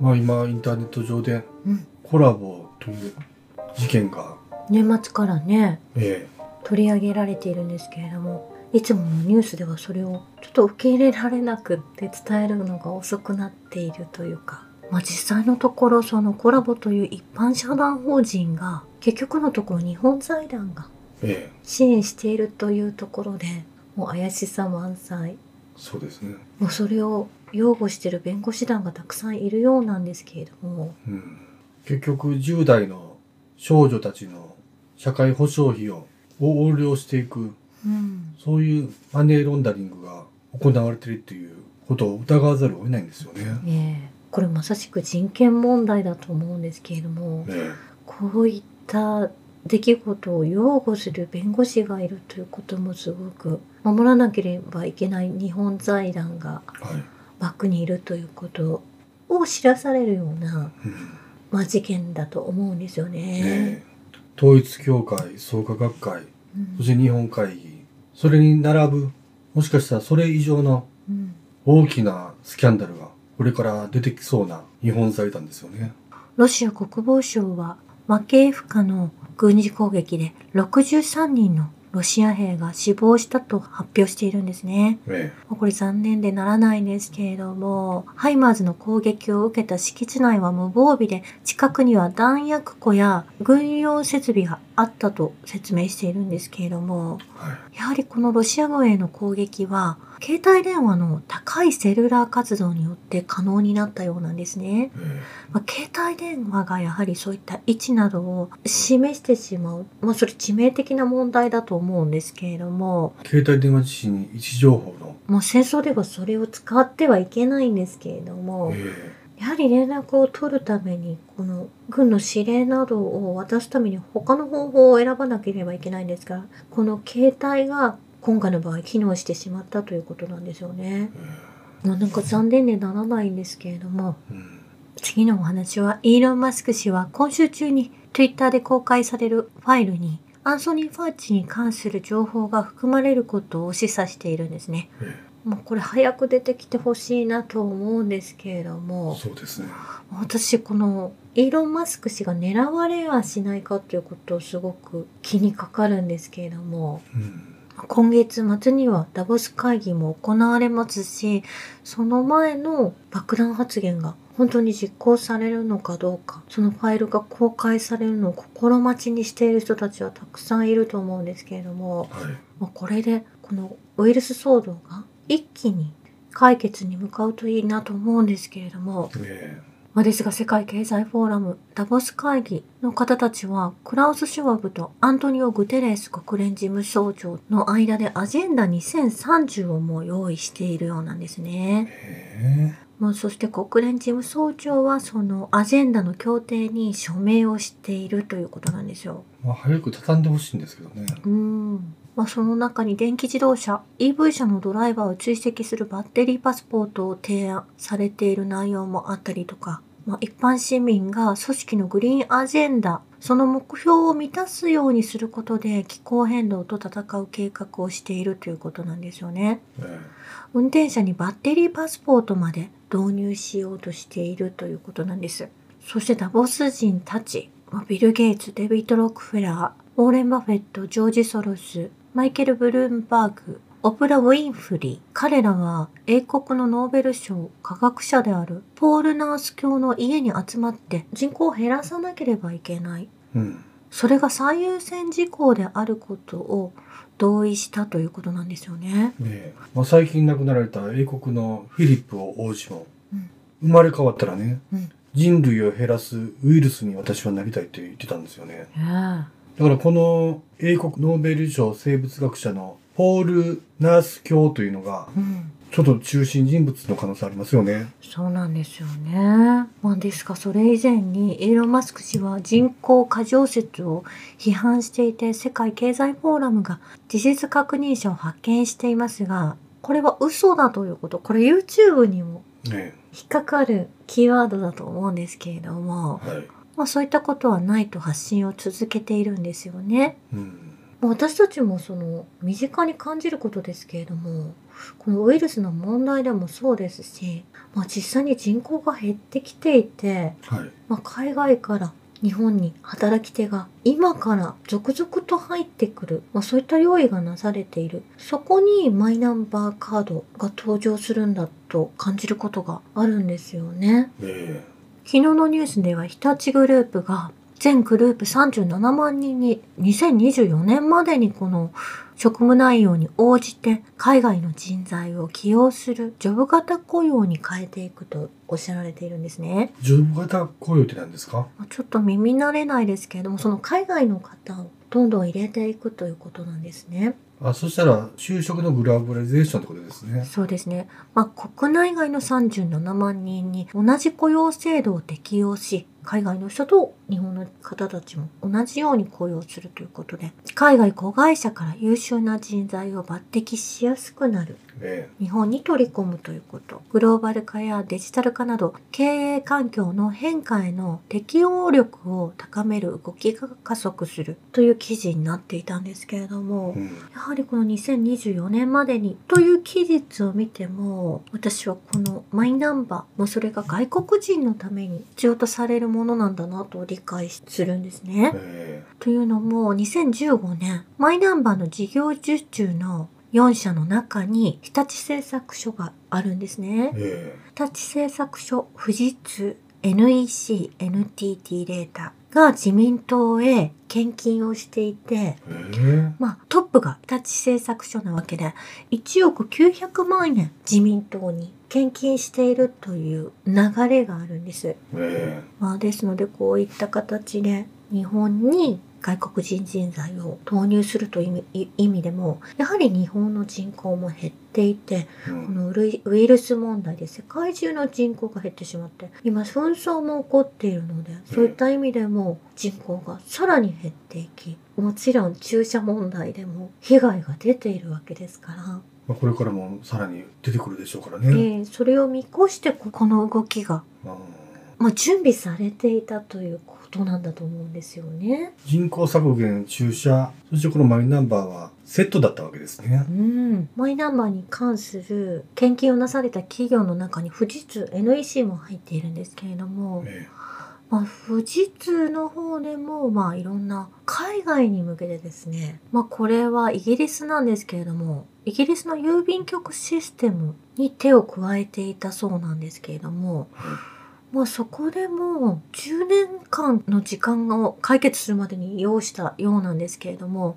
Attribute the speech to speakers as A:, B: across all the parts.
A: まあ今インターネット上で
B: うん
A: コラボという事件が、
B: 年末からね
A: え
B: 取り上げられているんですけれどもいつものニュースではそれをちょっと受け入れられなくって伝えるのが遅くなっているというか、まあ、実際のところそのコラボという一般社団法人が結局のところ日本財団が
A: えええ
B: 支援しているというところでもう怪しさ満載
A: そうですね、
B: もうそれを擁護している弁護士団がたくさんいるようなんですけれども
A: うん、結局10代の少女たちの社会保障費をを横領していく
B: うん
A: そういうマネーロンダリングが行われているということを疑わざるを得ないんですよね。
B: ねえこれまさしく人権問題だと思うんですけれども
A: ええ
B: こういった出来事を擁護する弁護士がいるということもすごく守らなければいけない日本財団が
A: はい
B: バックにいるということを知らされるような、
A: うん
B: まあ、事件だと思うんですよね。
A: ねえ統一教会創価学会
B: うん
A: そして日本会議それに並ぶもしかしたらそれ以上の
B: うん
A: 大きなスキャンダルがこれから出てきそうな日本財団ですよね。
B: ロシア国防省はマケーフカの軍事攻撃で63人のロシア兵が死亡したと発表しているんですね。
A: え
B: これ残念でならないんですけれども、ハイマーズの攻撃を受けた敷地内は無防備で、近くには弾薬庫や軍用設備があったと説明しているんですけれども、
A: はい、
B: やはりこのロシア軍への攻撃は、携帯電話の高いセルラー活動によって可能になったようなんですね。
A: え
B: まあ、携帯電話がやはりそういった位置などを示してしまう、まあ、それ致命的な問題だと思うんですけれども、
A: え携帯電話自身に位置情報の、
B: もう戦争ではそれを使ってはいけないんですけれども、
A: え
B: やはり連絡を取るためにこの軍の指令などを渡すために他の方法を選ばなければいけないんですがこの携帯が今回の場合機能してしまったということなんですよね。
A: え
B: まあ、なんか残念でならないんですけれども
A: うん
B: 次のお話はイーロン・マスク氏は今週中に Twitter で公開されるファイルにアンソニー・ファーチに関する情報が含まれることを示唆しているんですね。
A: え
B: もうこれ早く出てきてほしいなと思うんですけれど
A: え
B: も
A: そうですね。
B: 私このイーロン・マスク氏が狙われはしないかということをすごく気にかかるんですけれども
A: うん
B: 今月末にはダボス会議も行われますしその前の爆弾発言が本当に実行されるのかどうかそのファイルが公開されるのを心待ちにしている人たちはたくさんいると思うんですけれども。
A: はい
B: まあ、これでこのウイルス騒動が一気に解決に向かうといいなと思うんですけれども、
A: え
B: まあ、ですが世界経済フォーラムダボス会議の方たちはクラウス・シュワブとアントニオ・グテレス国連事務総長の間でアジェンダ2030をもう用意しているようなんですね。
A: ええ
B: まあ、そして国連事務総長はそのアジェンダの協定に署名をしているということなんですよ。
A: まあ、早く畳んでほしいんですけどね。
B: うんまあ、その中に電気自動車 EV 車のドライバーを追跡するバッテリーパスポートを提案されている内容もあったりとか、まあ、一般市民が組織のグリーンアジェンダその目標を満たすようにすることで気候変動と戦う計画をしているということなんですよね。
A: ええ
B: 運転者にバッテリーパスポートまで導入しようとしているということなんです。そしてダボス人たち、まあビル・ゲイツ、デビッド・ロックフェラー、ウォーレン・バフェット、ジョージ・ソロス、マイケル・ブルームバーグ、オプラ・ウィンフリー、彼らは英国のノーベル賞科学者であるポール・ナース教の家に集まって人口を減らさなければいけない。
A: うん
B: それが最優先事項であることを同意したということなんですよね。
A: ねえまあ、最近亡くなられた英国のフィリップ王子も、
B: うん
A: 生まれ変わったらね、
B: うん
A: 人類を減らすウイルスに私はなりたいって言ってたんですよね
B: あ
A: だからこの英国ノーベル賞生物学者のポール・ナース教というのが
B: うん
A: ちょっと中心人物の可能性ありますよね
B: そうなんですよね。まあ、ですがそれ以前にイーロン・マスク氏は人口過剰説を批判していて世界経済フォーラムが事実確認者を発見していますがこれは嘘だということこれ YouTube にも
A: ね
B: 引っかかるキーワードだと思うんですけれども、
A: はい、
B: まあ、そういったことはないと発信を続けているんですよね。
A: うん
B: まあ私たちもその身近に感じることですけれどもこのウイルスの問題でもそうですし、まあ、実際に人口が減ってきていて、
A: はい。
B: まあ、海外から日本に働き手が今から続々と入ってくる、まあ、そういった用意がなされているそこにマイナンバーカードが登場するんだと感じることがあるんですよね。
A: え
B: 昨日のニュースでは日立グループが全グループ37万人に2024年までにこの職務内容に応じて海外の人材を起用するジョブ型雇用に変えていくとおっしゃられているんですね。
A: え。ジョブ型雇用って何ですか
B: まあちょっと耳慣れないですけれどもその海外の方をどんどん入れていくということなんですね。
A: あ、そしたら就職のグローバリゼーションってことですね。
B: そうですね。まあ、国内外の37万人に同じ雇用制度を適用し、海外の人と日本の方たちも同じように雇用するということで、海外子会社から優秀な人材を抜擢しやすくなる。
A: え
B: 日本に取り込むということ。グローバル化やデジタル化など、経営環境の変化への適応力を高める動きが加速するという記事になっていたんですけれども、
A: え。うん。
B: やはりこの2024年までにという期日を見ても私はこのマイナンバーもうそれが外国人のために必要とされるものなんだなと理解するんですね。
A: え
B: というのも2015年マイナンバーの事業受注の4社の中に日立製作所があるんですね
A: え。。え
B: 日立製作所富士通 NEC NTT データが自民党へ献金をしていて
A: え。え
B: まあ、トップが日立製作所なわけで、1億900万円自民党に献金しているという流れがあるんです。
A: え。え
B: まあ、ですので、こういった形で日本に外国人人材を投入するという意味い意味でも、やはり日本の人口も減っていて、
A: え。う
B: こ
A: ん。
B: のウルイウイルス問題で世界中の人口が減ってしまって、今紛争も起こっているので、そういった意味でも人口がさらに減っていき、もちろん注射問題でも被害が出ているわけですから、
A: まあ、これからもさらに出てくるでしょうから
B: え
A: ね。
B: ーそれを見越してここの動きが、
A: うん
B: まあ、準備されていたということなんだと思うんですよね。
A: 人口削減、注射、そしてこのマイナンバーはセットだったわけですね
B: う。ん、マイナンバーに関する献金をなされた企業の中に富士通 NEC も入っているんですけれども、
A: え
B: まあ、富士通の方でも、まあ、いろんな海外に向けてですね、まあ、これはイギリスなんですけれども、イギリスの郵便局システムに手を加えていたそうなんですけれども、まあ、そこでも10年間の時間を解決するまでに要したようなんですけれども、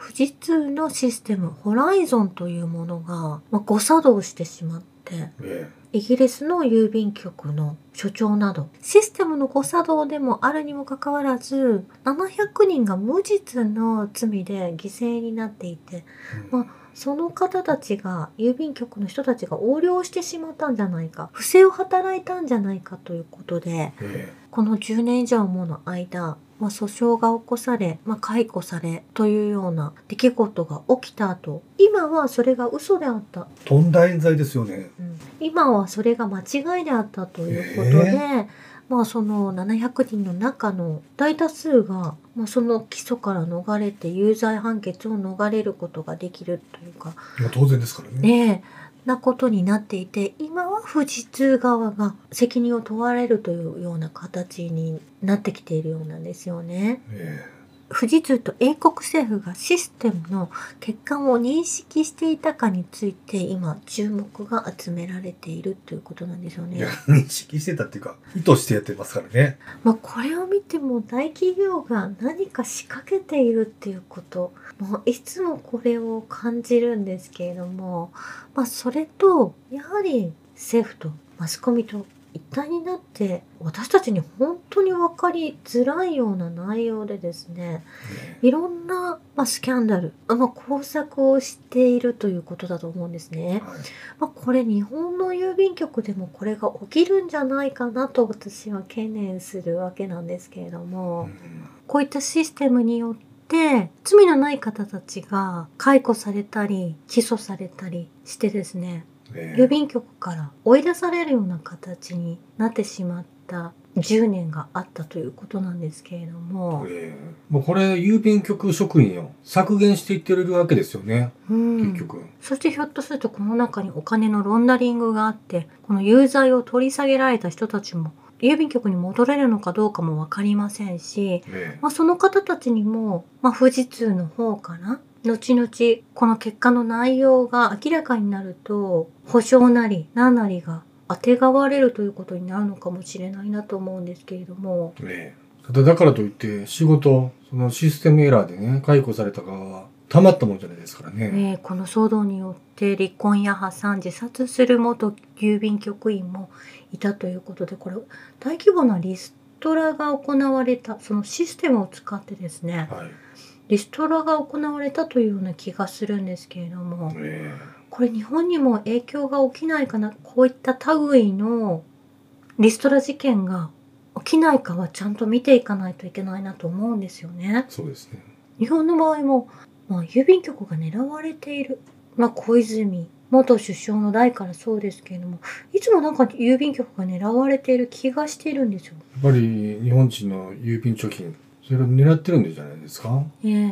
B: 富士通のシステム、ホライゾンというものが、まあ、誤作動してしまって、
A: え。え
B: イギリスの郵便局の所長など、システムの誤作動でもあるにもかかわらず、700人が無実の罪で犠牲になっていて、
A: え。うん
B: まその方たちが、郵便局の人たちが横領してしまったんじゃないか、不正を働いたんじゃないかということで、
A: え
B: この10年以上もの間、まあ、訴訟が起こされ、まあ、解雇されというような出来事が起きた後、今はそれが嘘であった
A: え。とんだ冤罪ですよね。
B: うん今はそれが間違いであったということで、
A: え
B: まあその700人の中の大多数が、まあ、その基礎から逃れて有罪判決を逃れることができるというか、
A: まあ、当然ですからね。
B: ねえなことになっていて今は富士通側が責任を問われるというような形になってきているようなんですよね。
A: え
B: 富士通と英国政府がシステムの欠陥を認識していたかについて今注目が集められているということなんですよ
A: え。いや
B: ね。、
A: 認識してたっていうか、意図してやってますからね。
B: まあこれを見ても大企業が何か仕掛けているっていうこと、もういつもこれを感じるんですけれども、まあそれと、やはり政府とマスコミと一体になって、私たちに本当に分かりづらいような内容でですね、
A: え
B: いろんな、まあ、スキャンダル、まあ、工作をしているということだと思うんです
A: え
B: ね。
A: はい
B: まあ、これ日本の郵便局でもこれが起きるんじゃないかなと私は懸念するわけなんですけれど
A: う
B: も、
A: ん
B: こういったシステムによって罪のない方たちが解雇されたり起訴されたりしてですね、
A: ええ
B: 郵便局から追い出されるような形になってしまった10年があったということなんですけれども、
A: ええもうこれ、郵便局職員を削減していってるわけですよね、
B: うん
A: 結局。
B: そしてひょっとするとこの中にお金のロンダリングがあってこの有罪を取り下げられた人たちも郵便局に戻れるのかどうかも分かりませんし、
A: ええ
B: まあ、その方たちにも、まあ、富士通の方から後々この結果の内容が明らかになると保証なり何なりが当てがわれるということになるのかもしれないなと思うんですけれども。
A: ええただだからといって、仕事、そのシステムエラーでね、解雇された側は、たまったもんじゃないですからね。
B: ねえこの騒動によって離婚や破産自殺する元郵便局員もいたということでこれ大規模なリストラが行われたそのシステムを使ってですね
A: はい。
B: リストラが行われたというような気がするんですけれども
A: え
B: これ日本にも影響が起きないかなこういった類のリストラ事件が起きないかはちゃんと見ていかないといけないなと思うんですよね
A: え。そうですね。
B: 日本の場合も、まあ、郵便局が狙われている、まあ、小泉元首相の代からそうですけれどもいつもなんか郵便局が狙われている気がしているんですよ。
A: やっぱり日本人の郵便貯金、それを狙ってるんじゃないですか
B: ええ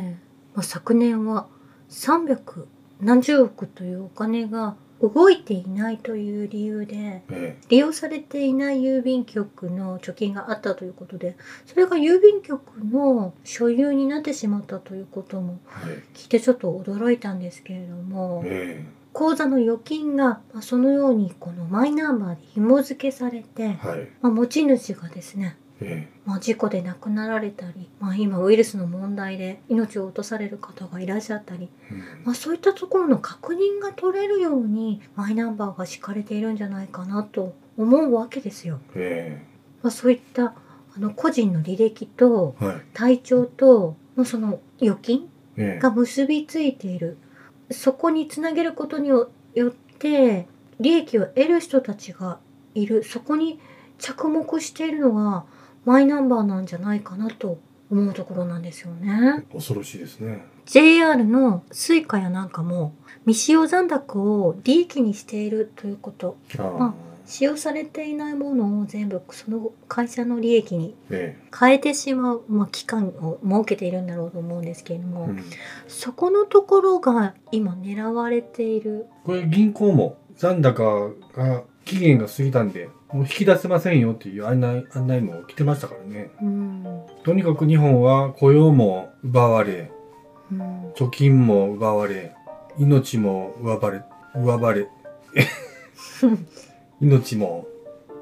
B: まあ、昨年は300何十億というお金が動いていないという理由で
A: え
B: 利用されていない郵便局の貯金があったということでそれが郵便局の所有になってしまったということも
A: えはい。
B: 聞いてちょっと驚いたんですけれども。
A: え
B: 口座の預金がまあそのようにこのマイナンバーで紐付けされて
A: え、はい。
B: まあ、持ち主がですね、
A: え
B: まあ、事故で亡くなられたり、まあ、今ウイルスの問題で命を落とされる方がいらっしゃったり、
A: えうん
B: まあ、そういったところの確認が取れるようにマイナンバーが敷かれているんじゃないかなと思うわけですよ。
A: え
B: まあ、そういったあの個人の履歴と
A: えはい。
B: 体調とまあその預金
A: ええ
B: が結びついているそこにつなげることによって利益を得る人たちがいるそこに着目しているのがマイナンバーなんじゃないかなと思うところなんですよね。
A: 恐ろしいですね。
B: JR のスイカやなんかも未使用残高を利益にしているということ
A: ああ
B: ま使用されていないものを全部その会社の利益に
A: え
B: 変えてしまう、まあ、期間を設けているんだろうと思うんですけれど
A: え
B: も、
A: うん
B: そこのところが今狙われている。
A: これ銀行も残高が期限が過ぎたんで、もう引き出せませんよっていう案内案内も来てましたからね。
B: うん。
A: とにかく日本は雇用も奪われ、
B: うん。
A: 貯金も奪われ、命も奪われ、奪われ、命も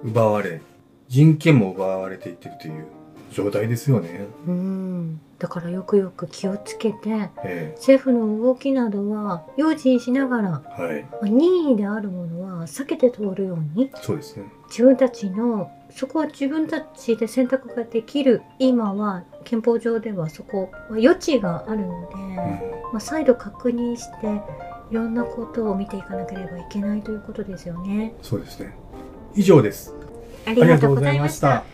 A: 奪われ、人権も奪われていってるという状態ですよね。
B: うん。 だからよくよく気をつけて、
A: え
B: 政府の動きなどは用心しながら、
A: えはい。
B: 任意であるものは避けて通るように、
A: そうですね。
B: 自分たちの、そこは自分たちで選択ができる、今は憲法上ではそこ、余地があるので、
A: うん
B: まあ、再度確認して、いろんなことを見ていかなければいけないということですよね。
A: そうですね。以上です。
B: あ
A: ありがとうございました。